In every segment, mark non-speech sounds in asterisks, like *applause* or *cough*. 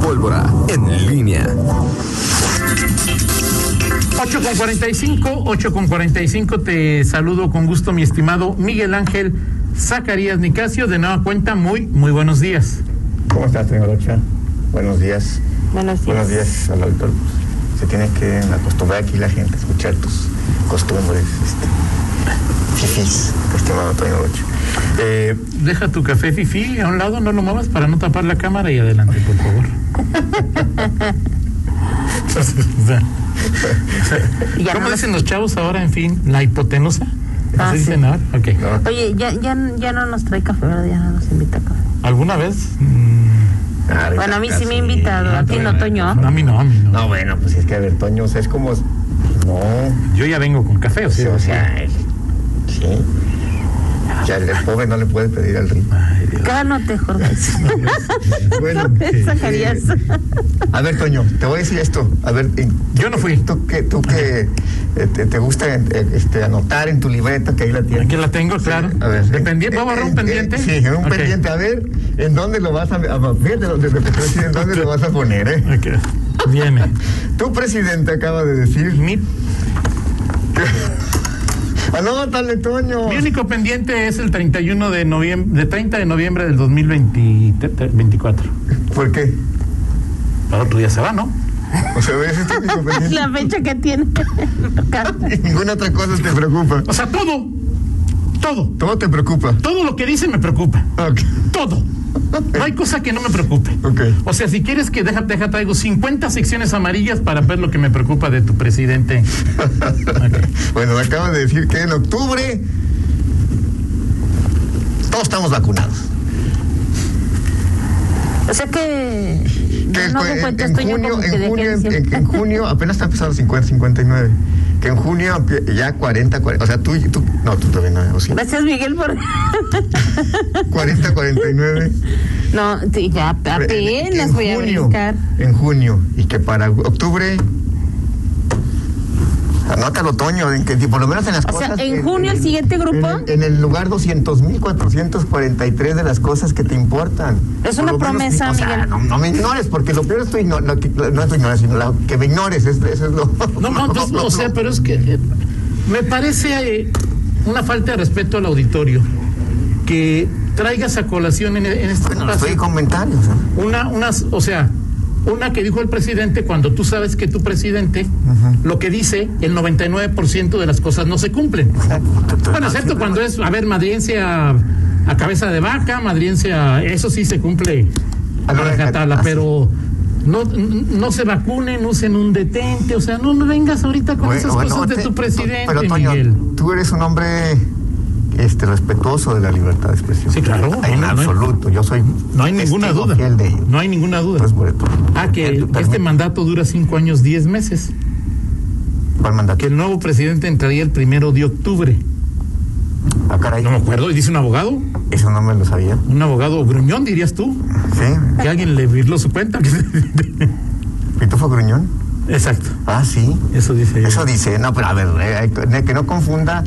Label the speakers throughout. Speaker 1: pólvora en línea.
Speaker 2: 8 con 45, 8 con 45, te saludo con gusto mi estimado Miguel Ángel Zacarías Nicasio, de nueva cuenta, muy, muy buenos días.
Speaker 3: ¿Cómo estás, Tecnolocha? Buenos días.
Speaker 4: Buenos días.
Speaker 3: Buenos días al auditor. Se tiene que acostumbrar aquí la gente a escuchar tus costumbres, este, fifís, estimado Tecnolocha. Eh,
Speaker 2: Deja tu café fifi a un lado, no lo muevas para no tapar la cámara y adelante, por
Speaker 4: *laughs*
Speaker 2: favor. O sea,
Speaker 4: Ya
Speaker 2: ¿Cómo
Speaker 4: no-
Speaker 2: dicen los chavos ahora, en fin, la hipotenusa?
Speaker 4: Ah,
Speaker 2: ¿Así
Speaker 4: sí.
Speaker 2: dicen ahora? Ok.
Speaker 3: no, ah,
Speaker 4: Oye, ya, ya, ya no nos trae café, ¿verdad? Ya no nos invita café.
Speaker 2: ¿Alguna vez? Mm,
Speaker 3: ah,
Speaker 4: Bueno, a mí sí me ha
Speaker 3: casi.
Speaker 4: invitado. A ti no, Toño.
Speaker 2: no, a mí no, a mí no.
Speaker 3: No, bueno, pues es que a ver, Toño, o sea, es como. No,
Speaker 2: Yo ya vengo con café, o
Speaker 3: sí,
Speaker 2: sea.
Speaker 3: o sea, el- sí. Ya el pobre no le puede pedir al
Speaker 4: *laughs*
Speaker 3: rico.
Speaker 2: Ay, Dios.
Speaker 4: Cálmate, Jorge.
Speaker 3: *laughs* Bueno,
Speaker 4: Jorge Zacarías.
Speaker 3: A ver, Toño, te voy a decir esto. A ver, y
Speaker 2: Yo no fui.
Speaker 3: tú que, tú que eh, te, te gusta eh, este, anotar en tu libreta que ahí la tienes.
Speaker 2: Aquí la tengo, claro.
Speaker 3: A ver, Eh,
Speaker 2: Dependiente, ¿puedo borrar un pendiente?
Speaker 3: Sí, un
Speaker 2: Ok.
Speaker 3: pendiente. A ver, ¿en dónde lo vas a, a- fíjate lo que te estoy diciendo, ¿en dónde lo vas a poner, eh?
Speaker 2: Ok. Viene.
Speaker 3: Tu presidente acaba de decir,
Speaker 2: Mi,
Speaker 3: anótale, Toño.
Speaker 2: mi único pendiente es el 31 de noviembre, de 30 de noviembre del 2024.
Speaker 3: ¿Por qué?
Speaker 2: Para otro día se va, ¿no?
Speaker 3: O sea, ese es tu único pendiente. *laughs*
Speaker 4: La fecha que tiene. *laughs*
Speaker 3: Ninguna otra cosa te preocupa.
Speaker 2: O sea, todo. Todo.
Speaker 3: Todo te preocupa.
Speaker 2: Todo lo que dice me preocupa.
Speaker 3: Ok.
Speaker 2: Todo. No hay cosa que no me preocupe.
Speaker 3: Ok.
Speaker 2: O sea, si quieres que deja, deja, traigo 50 secciones amarillas para ver lo que me preocupa de tu presidente.
Speaker 3: *laughs* Bueno, acaba de decir que en octubre todos estamos vacunados.
Speaker 4: O sea que.
Speaker 3: Que
Speaker 4: ya
Speaker 3: el-
Speaker 4: no me
Speaker 3: en-
Speaker 4: cuentas,
Speaker 3: en,
Speaker 4: Toño,
Speaker 3: junio,
Speaker 4: como que
Speaker 3: en,
Speaker 4: dejé
Speaker 3: junio,
Speaker 4: de
Speaker 3: en,
Speaker 4: decir.
Speaker 3: en junio apenas está empezando 50, 59. Que en junio ampli- ya 40, 40. O sea, tú, tú no, tú también no. o sí,
Speaker 4: Gracias, Miguel, por. *laughs*
Speaker 3: 40, 49.
Speaker 4: No, sí, ya apenas
Speaker 3: en
Speaker 4: voy a
Speaker 3: junio,
Speaker 4: brincar.
Speaker 3: En junio. Y que para octubre. Anótalo, Toño, en que, por lo menos en las
Speaker 4: O sea,
Speaker 3: cosas.
Speaker 4: en junio, el siguiente grupo.
Speaker 3: En, el- en el lugar 200.443 de las cosas que te importan.
Speaker 4: Es
Speaker 3: Por
Speaker 4: una
Speaker 3: lo
Speaker 4: promesa,
Speaker 3: o sea,
Speaker 4: Miguel.
Speaker 3: No, no me ignores, porque lo peor es tu igno- lo que- no es tu ignorancia, sino la- que me ignores. es- eso es lo.
Speaker 2: No,
Speaker 3: *laughs*
Speaker 2: no, entonces, o sea, pero es que eh, me parece eh, una falta de respeto al auditorio que traigas a colación en, en este
Speaker 3: Bueno, no estoy
Speaker 2: espacio
Speaker 3: en comentarios. ¿eh? ¿no?
Speaker 2: una, unas, o sea, una que dijo el presidente cuando tú sabes que tu presidente lo que dice, el 99% de las cosas no se cumplen. Bueno, excepto cuando es, a ver, madriense a, a cabeza de vaca, madriense a. Eso sí se cumple
Speaker 3: A
Speaker 2: a
Speaker 3: la
Speaker 2: la
Speaker 3: rajatabla,
Speaker 2: catala, pero no, no se vacunen, usen un detente, o sea, no me vengas ahorita con
Speaker 3: Bueno,
Speaker 2: esas
Speaker 3: bueno,
Speaker 2: cosas
Speaker 3: te-
Speaker 2: de tu presidente,
Speaker 3: Pero, Toño,
Speaker 2: Miguel.
Speaker 3: tú eres un hombre este, respetuoso de la libertad de expresión.
Speaker 2: Sí, claro.
Speaker 3: En
Speaker 2: No, no, no.
Speaker 3: absoluto. Yo soy.
Speaker 2: No hay ninguna
Speaker 3: testigo
Speaker 2: duda.
Speaker 3: fiel de ello.
Speaker 2: No hay ninguna duda.
Speaker 3: Entonces, por- por-
Speaker 2: Ah, que
Speaker 3: eh,
Speaker 2: el-
Speaker 3: permi-
Speaker 2: este mandato dura cinco años, diez meses.
Speaker 3: ¿Cuál mandato?
Speaker 2: Que el nuevo presidente entraría el primero de octubre.
Speaker 3: Ah, caray.
Speaker 2: No me acuerdo, y dice un abogado,
Speaker 3: Eso no me lo sabía.
Speaker 2: un abogado gruñón, dirías tú,
Speaker 3: Sí.
Speaker 2: que alguien le virló su cuenta. *laughs*
Speaker 3: Pitufo Gruñón.
Speaker 2: Exacto,
Speaker 3: Ah, sí.
Speaker 2: eso dice.
Speaker 3: Eso dice. No, pero a ver, eh, eh, que no confunda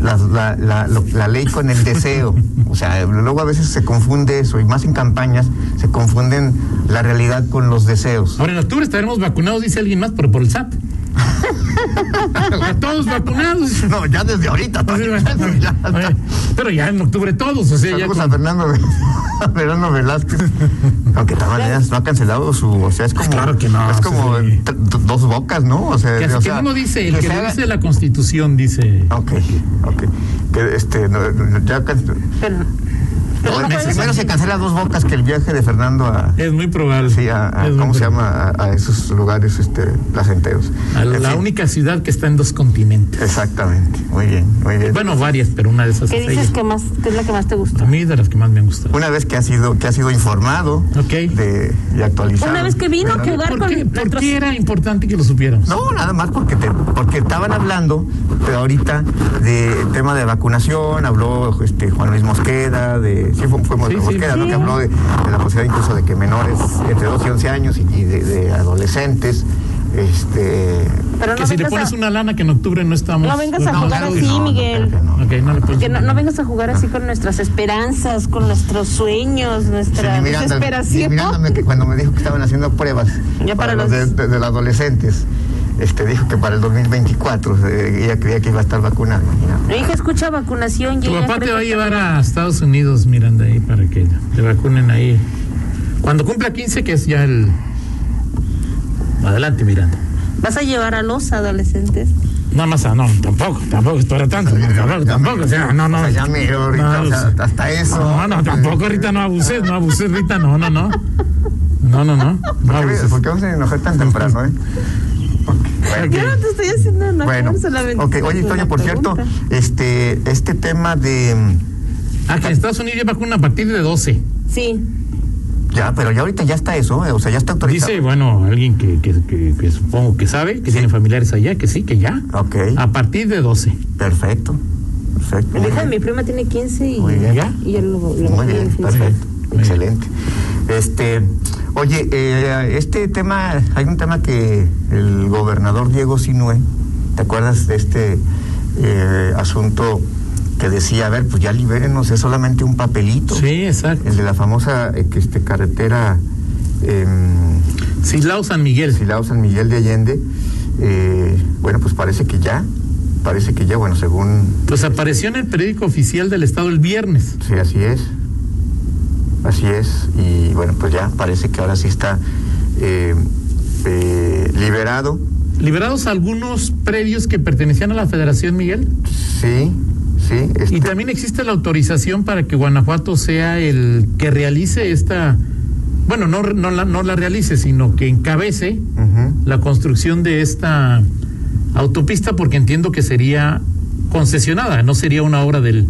Speaker 3: las- la, la- lo- la ley con el deseo. O sea, eh, luego a veces se confunde eso, y más en campañas, se confunden la realidad con los deseos.
Speaker 2: Ahora en octubre estaremos vacunados, dice alguien más, pero por el
Speaker 3: *laughs*
Speaker 2: SAT. A todos vacunados.
Speaker 3: *laughs* No, ya desde ahorita. Toño, ya desde- ya-
Speaker 2: Oye, Pero ya en octubre todos, o sea, ya
Speaker 3: Saludos
Speaker 2: con-
Speaker 3: a Fernando, *laughs* a Fernando Velázquez. Aunque de todas maneras no ha cancelado su. O sea, es como.
Speaker 2: Ah, Claro que no,
Speaker 3: Es como
Speaker 2: sí.
Speaker 3: t- t- dos bocas, ¿no? O sea,
Speaker 2: que,
Speaker 3: o
Speaker 2: que
Speaker 3: sea,
Speaker 2: uno dice, el que
Speaker 3: se haga-
Speaker 2: dice la constitución dice.
Speaker 3: Ok, ok. Que este. no, no, ya can-
Speaker 4: Pero, pero no
Speaker 3: No,
Speaker 4: puedes-
Speaker 3: primero se cancela dos bocas que el viaje de Fernando a.
Speaker 2: Es muy probable.
Speaker 3: sí, a- a-
Speaker 2: Es muy
Speaker 3: ¿Cómo se
Speaker 2: probable.
Speaker 3: llama? A, a esos lugares este, placenteros.
Speaker 2: A
Speaker 3: En
Speaker 2: la
Speaker 3: fin,
Speaker 2: única ciudad que está en dos continentes.
Speaker 3: Exactamente. Muy bien, muy bien.
Speaker 2: Bueno, varias, pero una de esas
Speaker 4: ¿Qué
Speaker 2: es
Speaker 4: dices
Speaker 2: ella.
Speaker 4: que más, que es la que Pues, más te
Speaker 2: A
Speaker 4: gusta?
Speaker 2: mí de las que más me han gustado.
Speaker 3: Una vez que ha sido, que ha sido informado
Speaker 2: Ok.
Speaker 3: de, y actualizado.
Speaker 4: Una vez que vino a
Speaker 3: Fernando-
Speaker 4: jugar
Speaker 2: ¿Por
Speaker 4: con
Speaker 2: qué, por
Speaker 4: nuestros-
Speaker 2: qué era importante que lo supiéramos?
Speaker 3: No, nada más porque te- porque estaban hablando pero ahorita de tema de vacunación, habló este Juan Luis Mosqueda, de sí fue, fue
Speaker 2: Sí, sí,
Speaker 3: Mosqueda, ¿no?
Speaker 2: sí.
Speaker 3: que habló de, de la posibilidad incluso de que menores entre 12 y 11 años y, y de, de adolescentes Este,
Speaker 4: Pero
Speaker 2: que
Speaker 4: no
Speaker 2: si le
Speaker 4: vengas
Speaker 2: pones
Speaker 4: a-
Speaker 2: una lana que en octubre no estamos.
Speaker 4: No vengas a
Speaker 2: estamos-
Speaker 4: jugar
Speaker 3: creo que
Speaker 4: así,
Speaker 3: no, no
Speaker 4: Miguel.
Speaker 3: creo que pues, no.
Speaker 2: Ok, no le pones-
Speaker 4: Que no, no vengas a jugar así con nuestras esperanzas, con nuestros sueños,
Speaker 3: Sí,
Speaker 4: nuestra
Speaker 3: ni Miranda- ni
Speaker 4: desesperación.
Speaker 3: mirándome que cuando me dijo que estaban haciendo pruebas
Speaker 4: Ya para
Speaker 3: los de,
Speaker 4: los-
Speaker 3: de- de los adolescentes, este dijo que para el 2024 eh, ella creía que iba a estar vacunada. imagínate.
Speaker 4: Mi hija escucha vacunación y
Speaker 2: Tu
Speaker 4: ella
Speaker 2: papá
Speaker 4: cree
Speaker 2: te va a
Speaker 4: que-
Speaker 2: llevar a Estados Unidos, Miranda, ahí para que te vacunen ahí. Cuando cumpla 15, que es ya el. Adelante, Miranda.
Speaker 4: Vas a llevar a los adolescentes.
Speaker 2: No, no, o sea, no, tampoco, tampoco es para
Speaker 3: *laughs*
Speaker 2: tanto. Tampoco, tampoco, o sea, no, no.
Speaker 3: O sea, ya miro ahorita,
Speaker 2: No,
Speaker 3: o sea, hasta eso. Este,
Speaker 2: No, no, tampoco, Rita, no abuses, no abuses, Rita, no, no, no. No, no, no. No
Speaker 3: ¿Por qué,
Speaker 2: abuses.
Speaker 3: por qué vamos a enojar tan temprano, eh? Ok,
Speaker 4: Yo no te estoy haciendo nada.
Speaker 3: Bueno,
Speaker 4: solamente
Speaker 3: ok,
Speaker 4: te
Speaker 3: oye,
Speaker 4: hago
Speaker 3: Toño,
Speaker 4: una
Speaker 3: por cierto,
Speaker 4: pregunta.
Speaker 3: este, este tema de. mm,
Speaker 2: Ah, que en Estados Unidos ya vacunan a partir de 12.
Speaker 4: Sí.
Speaker 3: Ya, pero ya ahorita ya está eso, eh, o sea, ya está autorizado.
Speaker 2: Dice, bueno, alguien que, que, que- que supongo que sabe, que tiene familiares allá, que sí, que ya.
Speaker 3: Ok.
Speaker 2: A partir de 12.
Speaker 3: Perfecto. Perfecto.
Speaker 4: La
Speaker 3: muy
Speaker 4: hija de
Speaker 3: bien.
Speaker 4: mi prima tiene 15 y,
Speaker 3: Muy bien.
Speaker 4: y yo lo, lo
Speaker 3: Muy bien,
Speaker 4: lo-
Speaker 3: perfecto,
Speaker 2: Muy
Speaker 3: excelente. Este, oye, eh, este tema, hay un tema que el gobernador Diego Sinue, ¿te acuerdas de este eh, asunto que decía, a ver, pues ya libérenos, es solamente un papelito?
Speaker 2: Sí, exacto.
Speaker 3: El de la famosa eh, que, este, carretera em,
Speaker 2: Silao San Miguel.
Speaker 3: Silao San Miguel de Allende, eh, bueno, pues parece que ya, parece que ya, bueno, según
Speaker 2: Pues apareció en el periódico oficial del Estado el viernes.
Speaker 3: Sí, así es. Así es. Y bueno, pues ya parece que ahora sí está eh, eh, liberado.
Speaker 2: Liberados algunos predios que pertenecían a la Federación Miguel.
Speaker 3: Sí, sí. este,
Speaker 2: Y también existe la autorización para que Guanajuato sea el que realice esta. Bueno, no, no, la, no la realice, sino que encabece
Speaker 3: Ujú.
Speaker 2: la construcción de esta autopista, porque entiendo que sería concesionada, no sería una obra del,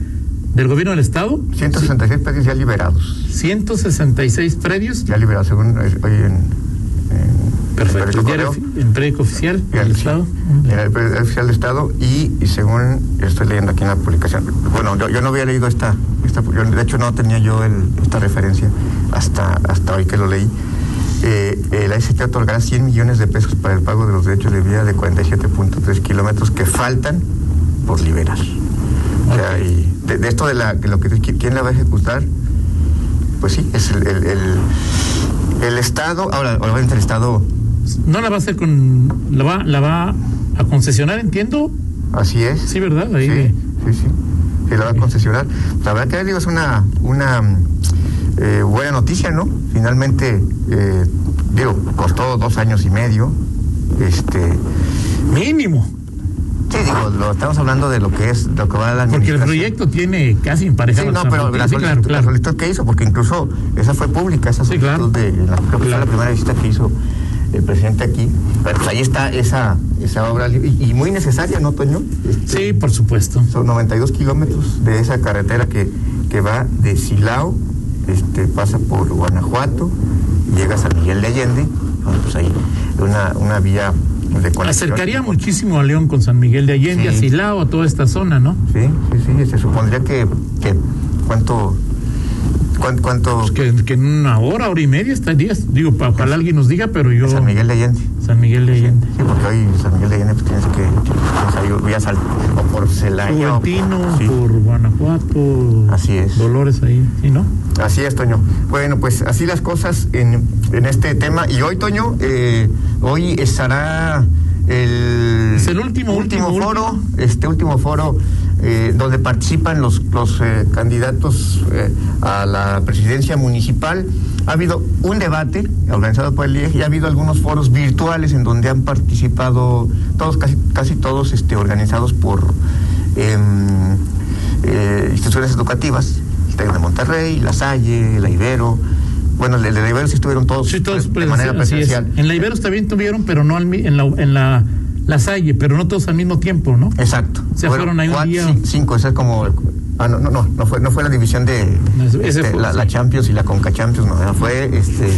Speaker 2: del gobierno del Estado.
Speaker 3: 166 predios ya liberados.
Speaker 2: 166 predios.
Speaker 3: Ya liberados, según eh, hoy en. en
Speaker 2: Perfecto.
Speaker 3: el periódico
Speaker 2: El diario
Speaker 3: Correo.
Speaker 2: ofi- el periódico oficial del
Speaker 3: Sí,
Speaker 2: Estado.
Speaker 3: en el periódico oficial del Estado y, y según estoy leyendo aquí en la publicación, bueno, yo, yo no había leído esta, esta yo, de hecho no tenía yo el- esta referencia hasta, hasta hoy que lo leí. Eh, eh, la ST otorgará 100 millones de pesos para el pago de los derechos de vía de 47.3 kilómetros que faltan por liberar. O sea, y de, de esto de, la, de lo que qui- quién la va a ejecutar, pues sí, es el, el, el- el Estado, ahora obviamente el Estado
Speaker 2: No la va a hacer con. La va, la va a concesionar, entiendo.
Speaker 3: Así es.
Speaker 2: Sí, ¿verdad? Ahí
Speaker 3: sí,
Speaker 2: de-
Speaker 3: sí, sí. Sí, la va a concesionar. La verdad que digo, es una, una mm, eh, buena noticia, ¿no? Finalmente, eh, digo, costó dos años y medio. Este,
Speaker 2: Mínimo.
Speaker 3: sí, digo, lo, estamos hablando de lo que es, lo que va a la
Speaker 2: Porque el
Speaker 3: administración.
Speaker 2: proyecto tiene casi emparejado.
Speaker 3: Sí, no,
Speaker 2: San
Speaker 3: pero
Speaker 2: Martín.
Speaker 3: la
Speaker 2: Sí,
Speaker 3: solicitud,
Speaker 2: claro,
Speaker 3: la
Speaker 2: claro.
Speaker 3: solicitud que hizo, porque incluso esa fue pública, esa
Speaker 2: Sí,
Speaker 3: solicitud
Speaker 2: claro.
Speaker 3: de la, creo que fue
Speaker 2: Claro.
Speaker 3: la primera visita que hizo el presidente aquí. Pero pues, ahí está esa, esa obra li- y, y muy necesaria, ¿no, Toño? Este,
Speaker 2: Sí, por supuesto.
Speaker 3: Son 92 kilómetros de esa carretera que, que va de Silao, este, pasa por Guanajuato, llega a San Miguel de Allende, bueno, pues ahí una, una vía de conexión.
Speaker 2: Acercaría muchísimo a León con San Miguel de Allende,
Speaker 3: Sí.
Speaker 2: a Silao, a toda esta zona, ¿no?
Speaker 3: Sí, sí, sí, se supondría que, que cuánto, cuán- cuánto,
Speaker 2: Pues que, que en una hora, hora y media, está días. Digo, pa- ojalá alguien nos diga, pero yo.
Speaker 3: San Miguel de Allende.
Speaker 2: San Miguel de Allende.
Speaker 3: Sí, porque hoy San Miguel de Allende pues, tienes que, tienes ahí vías al- o por Celaya. o-
Speaker 2: Juventino,
Speaker 3: sí.
Speaker 2: por Guanajuato.
Speaker 3: Así es.
Speaker 2: Dolores ahí, ¿sí, no?
Speaker 3: Así es, Toño. Bueno, pues así las cosas en, en este tema. Y hoy, Toño, eh, hoy estará el,
Speaker 2: Es el último, último, último.
Speaker 3: foro, este último foro eh, donde participan los, los eh, candidatos eh, a la presidencia municipal. Ha habido un debate organizado por el IEG y ha habido algunos foros virtuales en donde han participado todos, casi, casi todos este, organizados por em, eh, instituciones educativas, el TEC de Monterrey, La Salle, La Ibero. Bueno, el de La Ibero sí estuvieron todos,
Speaker 2: Sí, todos
Speaker 3: Pues, de manera
Speaker 2: presen- así es.
Speaker 3: presencial.
Speaker 2: En la Iberos también tuvieron, pero no al mi- en la, en la, la Salle, pero no todos al mismo tiempo, ¿no?
Speaker 3: Exacto.
Speaker 2: Se fueron ahí un
Speaker 3: cuatro,
Speaker 2: día.
Speaker 3: cin- Cinco, esa es como. Ah, no, no, no, no fue, no fue la división de
Speaker 2: No, ese
Speaker 3: este,
Speaker 2: fue,
Speaker 3: la,
Speaker 2: sí.
Speaker 3: la Champions y la Conca Champions, no, era- fue este.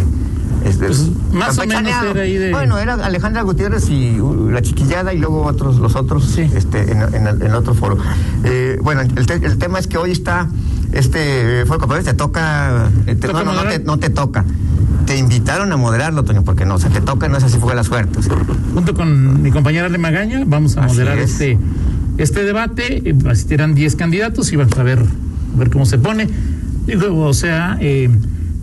Speaker 3: este,
Speaker 2: Pues, más o
Speaker 3: campechaneado.
Speaker 2: menos era ahí de-
Speaker 3: Bueno, era Alejandra Gutiérrez y uh, la chiquillada y luego otros, los otros
Speaker 2: Sí.
Speaker 3: este, en, en el, en el otro foro. Eh, bueno, el, te- el tema es que hoy está este eh, fue como, te toca, eh, te-
Speaker 2: Toca
Speaker 3: no, no, no
Speaker 2: moderar.
Speaker 3: te, no te toca, te, invi- invitaron a moderarlo, Toño, porque no, se te toca, no es así fue la suerte. o sea.
Speaker 2: Junto con mi compañera de Magaña, vamos a
Speaker 3: Así
Speaker 2: moderar
Speaker 3: es.
Speaker 2: este, este debate. Eh, Asistirán 10 candidatos y vamos a ver, a ver cómo se pone. Digo, o sea, eh,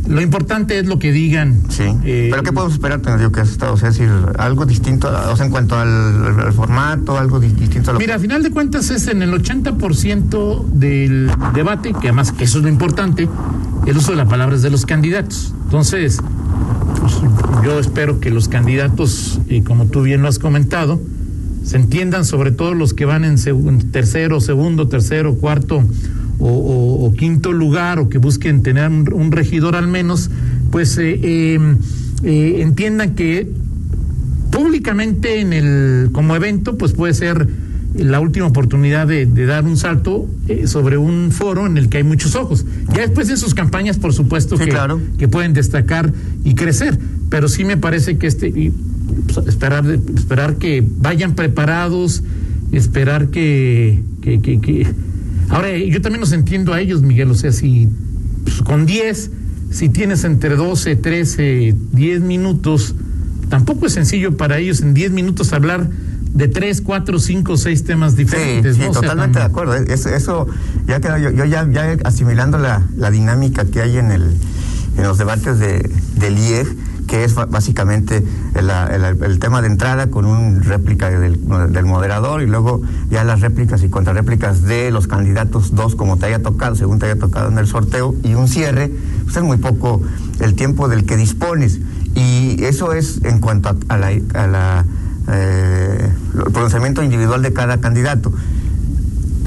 Speaker 2: lo importante es lo que digan.
Speaker 3: Sí.
Speaker 2: eh,
Speaker 3: Pero ¿qué podemos esperar, Toño? Digo, que has estado, o sea, decir, algo distinto, o sea, en cuanto al, al formato, algo di- distinto a lo
Speaker 2: Mira, a final de cuentas es en el 80% del debate, que además que eso es lo importante, el uso de las palabras de los candidatos. Entonces, pues, yo espero que los candidatos, y como tú bien lo has comentado, se entiendan, sobre todo los que van en segun- tercero, segundo, tercero, cuarto o, o- o quinto lugar, o que busquen tener un, un regidor al menos, pues eh, eh, eh, entiendan que públicamente en el como evento pues puede ser la última oportunidad de, de dar un salto eh, sobre un foro en el que hay muchos ojos. Ya después en sus campañas, por supuesto,
Speaker 3: Sí,
Speaker 2: que,
Speaker 3: claro.
Speaker 2: que pueden destacar y crecer, pero sí me parece que este, y, pues, esperar, de- esperar que vayan preparados, esperar que, que, que- que- Ahora, eh, yo también los entiendo a ellos, Miguel, o sea, si pues, con 10, si tienes entre 12, 13, 10 minutos, tampoco es sencillo para ellos en 10 minutos hablar de 3, 4, 5, 6 temas
Speaker 3: Sí,
Speaker 2: diferentes.
Speaker 3: sí,
Speaker 2: ¿no? O sea,
Speaker 3: totalmente de
Speaker 2: tan-
Speaker 3: acuerdo. eh, Es- eso, ya quedó, yo, yo ya, ya asimilando la, la dinámica que hay en, el, en los debates de, del IEG, que es ba- básicamente el, el- el tema de entrada con un réplica del, del moderador y luego ya las réplicas y contrarréplicas de los candidatos, dos como te haya tocado, según te haya tocado en el sorteo, y un cierre, pues es muy poco el tiempo del que dispones. Y eso es en cuanto a- a la- a la eh, el pronunciamiento individual de cada candidato.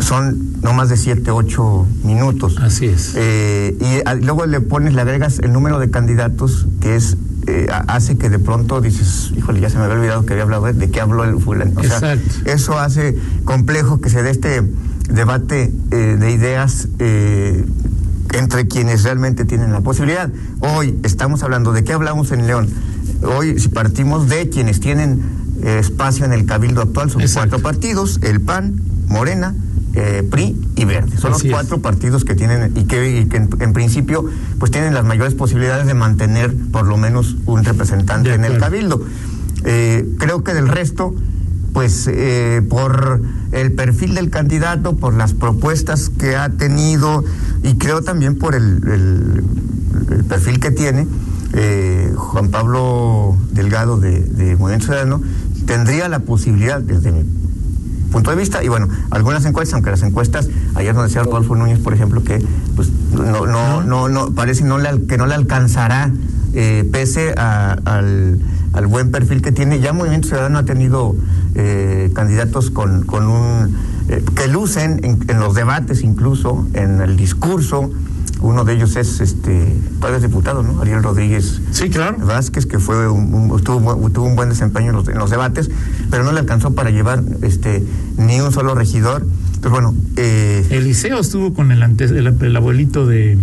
Speaker 3: Son no más de 7, 8 minutos.
Speaker 2: Así es.
Speaker 3: Eh, y a- luego le pones, le agregas el número de candidatos que es eh, a- hace que de pronto dices, híjole, ya se me había olvidado que había hablado de, de qué habló el fulano. O sea,
Speaker 2: Exacto.
Speaker 3: eso hace complejo que se dé este debate eh, de ideas eh, entre quienes realmente tienen la posibilidad. Hoy estamos hablando de qué hablamos en León. Hoy, si partimos de quienes tienen eh, espacio en el cabildo actual, son
Speaker 2: Exacto.
Speaker 3: cuatro partidos, el PAN, Morena, eh, PRI y Verde. Son
Speaker 2: Así es.
Speaker 3: los cuatro partidos que tienen y que, y que en, en principio pues tienen las mayores posibilidades de mantener por lo menos un representante
Speaker 2: De
Speaker 3: en el
Speaker 2: acuerdo.
Speaker 3: cabildo. Eh, creo que del resto, pues eh, por el perfil del candidato, por las propuestas que ha tenido y creo también por el, el- el perfil que tiene eh, Juan Pablo Delgado de, de Movimiento Ciudadano, tendría la posibilidad desde mi punto de vista y bueno algunas encuestas aunque las encuestas ayer nos decía Rodolfo Núñez por ejemplo que pues no no no no parece no le al- que no le alcanzará eh, pese a- al, al buen perfil que tiene ya Movimiento Ciudadano ha tenido eh, candidatos con, con un eh, que lucen en, en los debates incluso en el discurso uno de ellos es este todavía es diputado no Ariel Rodríguez
Speaker 2: Sí, claro.
Speaker 3: Vázquez, que fue un- un- tuvo, un buen- tuvo un buen desempeño en los, en los debates, pero no le alcanzó para llevar este ni un solo regidor. Entonces, bueno, eh,
Speaker 2: Eliseo estuvo con el, antes, el, el abuelito de,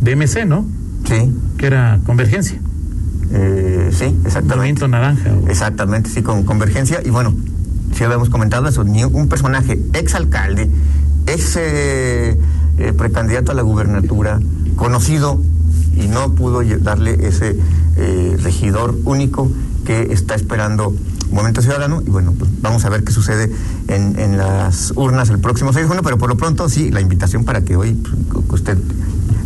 Speaker 2: de MC, ¿no?
Speaker 3: sí,
Speaker 2: Que era Convergencia,
Speaker 3: eh, sí, exactamente.
Speaker 2: Movimiento Naranja. o-
Speaker 3: Exactamente, sí, con convergencia. Y bueno, sí habíamos comentado eso, ni un personaje exalcalde, ex eh, eh, precandidato a la gubernatura, conocido, y no pudo lle- darle ese eh, regidor único que está esperando Momento Ciudadano. Y bueno, pues vamos a ver qué sucede en, en las urnas el próximo 6 de junio, pero por lo pronto sí, la invitación para que hoy pues, que usted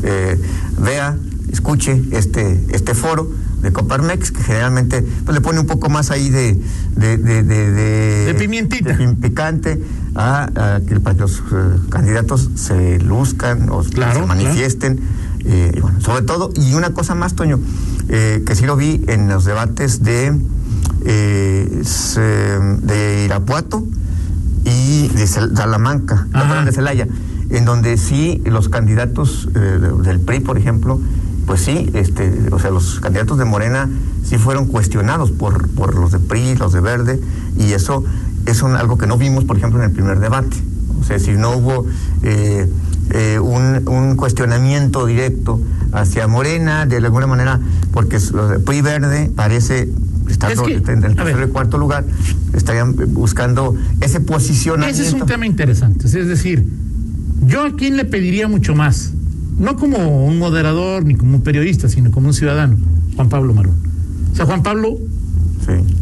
Speaker 3: eh, vea, escuche este, este foro de Coparmex, que generalmente pues, le pone un poco más ahí de... De, de, de- de-
Speaker 2: De pimientita.
Speaker 3: de pim- picante, a, a que para que los eh, candidatos se luzcan o
Speaker 2: Claro,
Speaker 3: se
Speaker 2: claro.
Speaker 3: manifiesten. eh, y bueno, sobre todo, y una cosa más, Toño, eh, que sí lo vi en los debates de, eh, se- de Irapuato y de Sal- Salamanca, no,
Speaker 2: Ajá.
Speaker 3: perdón, de Celaya, en donde sí los candidatos eh, de- del PRI, por ejemplo, pues sí, este, o sea, los candidatos de Morena sí fueron cuestionados por, por los de PRI, los de Verde, y eso es un- algo que no vimos, por ejemplo, en el primer debate. O sea, si no hubo eh, eh, un, un cuestionamiento directo hacia Morena, de alguna manera, porque es- los de PRI Verde parece estar
Speaker 2: Es que,
Speaker 3: en el
Speaker 2: a ver.
Speaker 3: tercer y cuarto lugar, estarían buscando ese posicionamiento.
Speaker 2: Ese es un tema interesante. Es decir, yo a quién le pediría mucho más, no como un moderador ni como un periodista, sino como un ciudadano. Juan Pablo Marón. O sea, Juan Pablo,
Speaker 3: Sí.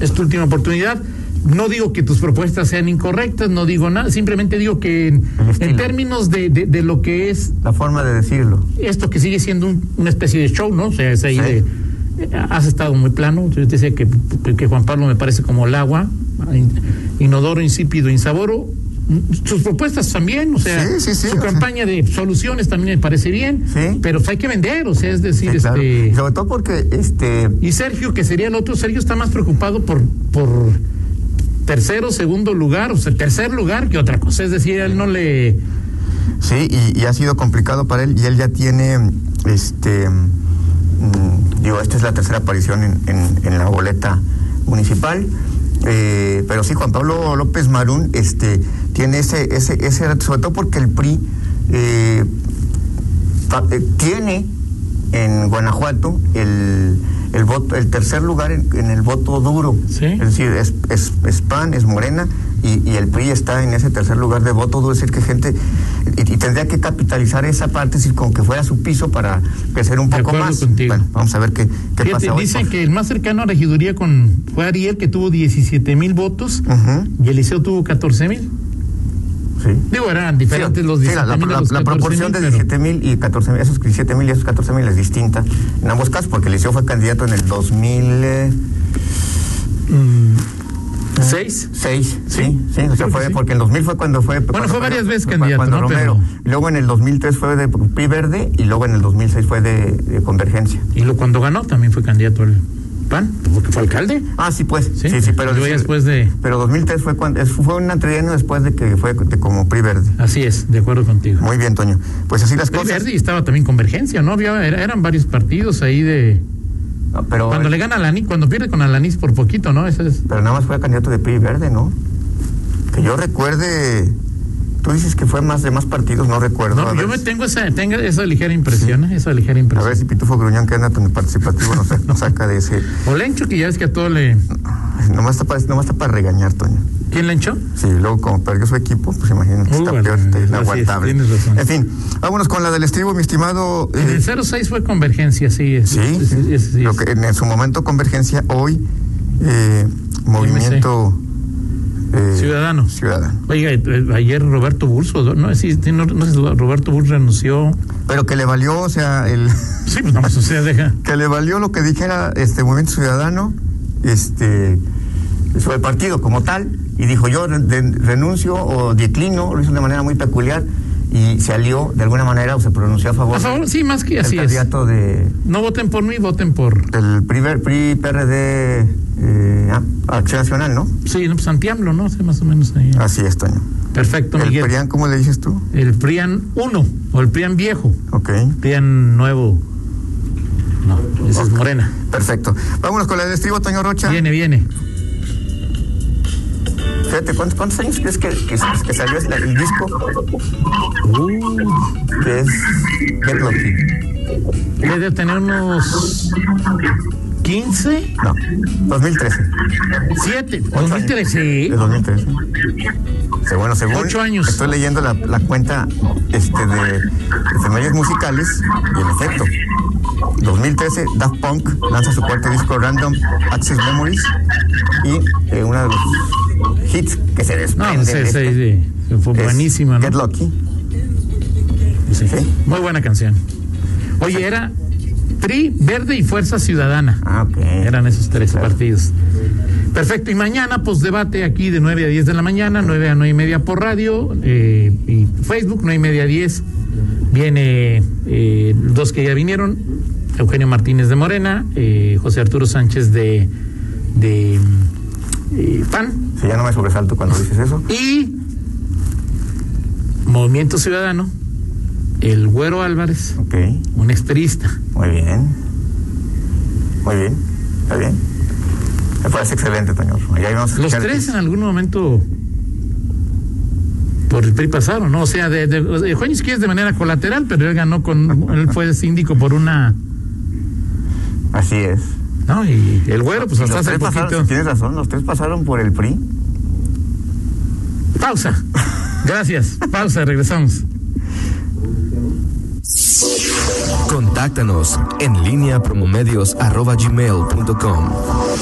Speaker 2: es tu última oportunidad. No digo que tus propuestas sean incorrectas, no digo nada, simplemente digo que en,
Speaker 3: El estilo.
Speaker 2: en términos de, de- de lo que es
Speaker 3: La forma de decirlo.
Speaker 2: esto que sigue siendo un- una especie de show, ¿no? O sea, es ahí
Speaker 3: Sí.
Speaker 2: de- eh, has estado muy plano. Yo te decía que, que Juan Pablo me parece como el agua, in- inodoro, insípido, insaboro. Sus propuestas también, o sea,
Speaker 3: Sí, sí, sí,
Speaker 2: su
Speaker 3: o sea.
Speaker 2: campaña de soluciones también me parece bien,
Speaker 3: Sí.
Speaker 2: pero hay que vender, o sea, es decir,
Speaker 3: Sí, claro.
Speaker 2: este...
Speaker 3: Sobre todo porque este
Speaker 2: Y Sergio, que sería el otro, Sergio está más preocupado por, por tercero, segundo lugar, o sea, tercer lugar que otra cosa. Es decir, él no le.
Speaker 3: Sí, y, y ha sido complicado para él y él ya tiene, este, mm, digo, esta es la tercera aparición en, en- en la boleta municipal. eh, pero sí, Juan Pablo López Marún este, tiene ese, ese, ese, reto, sobre todo porque el PRI eh, fa- eh, tiene en Guanajuato el, el voto, el tercer lugar en, en el voto duro.
Speaker 2: Sí.
Speaker 3: Es decir, es, es, es PAN, es Morena y, y el PRI está en ese tercer lugar de voto duro. Es decir, que gente. Y, y tendría que capitalizar esa parte, es decir, como que fuera su piso para crecer un
Speaker 2: De
Speaker 3: poco
Speaker 2: acuerdo
Speaker 3: más.
Speaker 2: contigo.
Speaker 3: Bueno, vamos a ver qué, qué
Speaker 2: Fíjate,
Speaker 3: pasa hoy.
Speaker 2: dice
Speaker 3: por-
Speaker 2: que el más cercano a regiduría con, fue Ariel, que tuvo 17 mil votos,
Speaker 3: Ujú,
Speaker 2: y Eliseo tuvo 14 mil.
Speaker 3: sí.
Speaker 2: Digo, eran diferentes
Speaker 3: Sí,
Speaker 2: los
Speaker 3: sí, la,
Speaker 2: 17
Speaker 3: la-
Speaker 2: mil.
Speaker 3: la- la proporción de 17 mil y 14 mil, esos 17 mil y esos 14 mil es distinta en ambos casos, porque Liceo fue candidato en el eh, 2006,
Speaker 2: 6.
Speaker 3: eh, sí, sí, o sea,
Speaker 2: Mm. creo que
Speaker 3: fue
Speaker 2: sí.
Speaker 3: porque en 2000 fue cuando fue. cuando
Speaker 2: fue varias veces
Speaker 3: cuando
Speaker 2: candidato, ¿no?
Speaker 3: Romero. Luego en el 2003 fue de PRI Verde y luego en el 2006 fue de, de Convergencia.
Speaker 2: Y lo, cuando ganó también fue candidato al PAN, porque fue alcalde.
Speaker 3: Ah, sí, pues.
Speaker 2: Sí,
Speaker 3: Sí, sí, pero.
Speaker 2: luego ya después de-
Speaker 3: Pero 2003 fue cuando. es- Fue un año después de que fue de como PRI Verde.
Speaker 2: Así es, de acuerdo contigo.
Speaker 3: Muy bien, Toño. Pues así las
Speaker 2: Pero
Speaker 3: cosas.
Speaker 2: Verdi estaba también Convergencia, ¿no? Había, era- eran varios partidos ahí de.
Speaker 3: Ah, Pero,
Speaker 2: Cuando le gana a Alanis, cuando pierde con Alanis por poquito, ¿no? Eso es.
Speaker 3: Pero nada más fue candidato de PRI Verde, ¿no? Que yo recuerde. Tú dices que fue más de más partidos, no recuerdo.
Speaker 2: No,
Speaker 3: a,
Speaker 2: yo
Speaker 3: ver,
Speaker 2: me tengo esa, tengo esa ligera impresión, ¿eh? esa ligera
Speaker 3: a ver
Speaker 2: impresión.
Speaker 3: si Pitufo Gruñón, que anda tan participativo, nos, sa-
Speaker 2: *laughs*
Speaker 3: nos saca de ese.
Speaker 2: Olencho, que ya ves que a todo le.
Speaker 3: Nomás está, para, nomás está para regañar, Toño.
Speaker 2: ¿Quién le hinchó?
Speaker 3: Sí, luego como perdió su equipo, pues imagínate,
Speaker 2: Muy
Speaker 3: está
Speaker 2: bueno,
Speaker 3: peor, está
Speaker 2: así es,
Speaker 3: inaguantable.
Speaker 2: tienes razón.
Speaker 3: En fin, vámonos con la del estribo, mi estimado.
Speaker 2: En
Speaker 3: eh,
Speaker 2: el 06 fue Convergencia, sí. es-
Speaker 3: Sí,
Speaker 2: es- es- es-
Speaker 3: lo
Speaker 2: es-
Speaker 3: que en su momento convergencia, hoy eh, movimiento eh,
Speaker 2: Ciudadano.
Speaker 3: ciudadano.
Speaker 2: Oiga, eh, ayer Roberto Burso, ¿no? Sí, sí, no, no sé, Roberto Burso renunció.
Speaker 3: Pero que le valió, o sea, el *laughs*
Speaker 2: Sí, pues nada más, o sea, deja.
Speaker 3: que le valió lo que dijera este movimiento ciudadano, este sobre el partido como tal, y dijo yo re- de- renuncio o declino, lo hizo de manera muy peculiar y se alió de alguna manera o se pronunció a favor.
Speaker 2: Por favor,
Speaker 3: del-
Speaker 2: sí, más que
Speaker 3: del
Speaker 2: así es.
Speaker 3: candidato de
Speaker 2: No voten por mí, voten por.
Speaker 3: del PRI, PRI PRD eh, ah, Acción Nacional, ¿no?
Speaker 2: Sí, no, pues Santiamlo, ¿no? Sí, más o menos ahí.
Speaker 3: Así es, Toño.
Speaker 2: Perfecto,
Speaker 3: Ah, El
Speaker 2: Miguel.
Speaker 3: PRIAN, ¿cómo le dices tú?
Speaker 2: El PRIAN 1 o el PRIAN viejo.
Speaker 3: Ok,
Speaker 2: PRIAN nuevo. No, esa es Morena.
Speaker 3: perfecto. Vámonos con la de estribo, Toño Rocha.
Speaker 2: Viene, viene.
Speaker 3: Fíjate, ¿cuántos, cuántos años crees que, que, que salió el, el disco?
Speaker 2: Uh,
Speaker 3: Que es Get Lucky.
Speaker 2: Debe de tener unos 15,
Speaker 3: No, 2013.
Speaker 2: 7,
Speaker 3: Ocho años.
Speaker 2: 2013.
Speaker 3: Es 2013. Sí, bueno, según.
Speaker 2: Ocho años.
Speaker 3: Estoy leyendo la, la cuenta este, de efemérides musicales y en efecto. 2013, Daft Punk lanza su cuarto disco Random Access Memories y eh, uno de los hits que se
Speaker 2: No,
Speaker 3: desprende
Speaker 2: no sé,
Speaker 3: de
Speaker 2: sí,
Speaker 3: este
Speaker 2: sí, sí, Fue
Speaker 3: es
Speaker 2: pues, buenísima,
Speaker 3: Get
Speaker 2: ¿no?
Speaker 3: Lucky.
Speaker 2: Sí,
Speaker 3: ¿Sí?
Speaker 2: Muy buena canción. Oye, era PRI, Verde y Fuerza Ciudadana.
Speaker 3: Ah, ok.
Speaker 2: Eran esos tres
Speaker 3: Claro.
Speaker 2: partidos. Perfecto, y mañana pues debate aquí de 9 a 10 de la mañana, 9 a 9 y media por radio eh, y Facebook, 9 y media a 10. Viene eh, dos que ya vinieron, Eugenio Martínez de Morena, eh, José Arturo Sánchez de, de mm, eh, PAN
Speaker 3: Si ya no me sobresalto cuando dices eso.
Speaker 2: y Movimiento Ciudadano, el Güero Álvarez,
Speaker 3: Ok,
Speaker 2: un experista.
Speaker 3: muy bien. Muy bien, está bien. Me parece excelente, Toño. Allá vamos a
Speaker 2: Los
Speaker 3: escuchar-
Speaker 2: tres en algún momento por el PRI pasaron, ¿no? O sea, de, de, o sea, Juan Isquiel es de manera colateral, pero él ganó con. él fue síndico por una.
Speaker 3: Así es.
Speaker 2: ¿No? Y el güero, pues
Speaker 3: Los
Speaker 2: hasta hace
Speaker 3: tres pasaron-
Speaker 2: poquito.
Speaker 3: tienes razón, los tres pasaron por el PRI.
Speaker 2: Pausa. Gracias. Pausa, regresamos.
Speaker 1: Contáctanos en línea promomedios.com.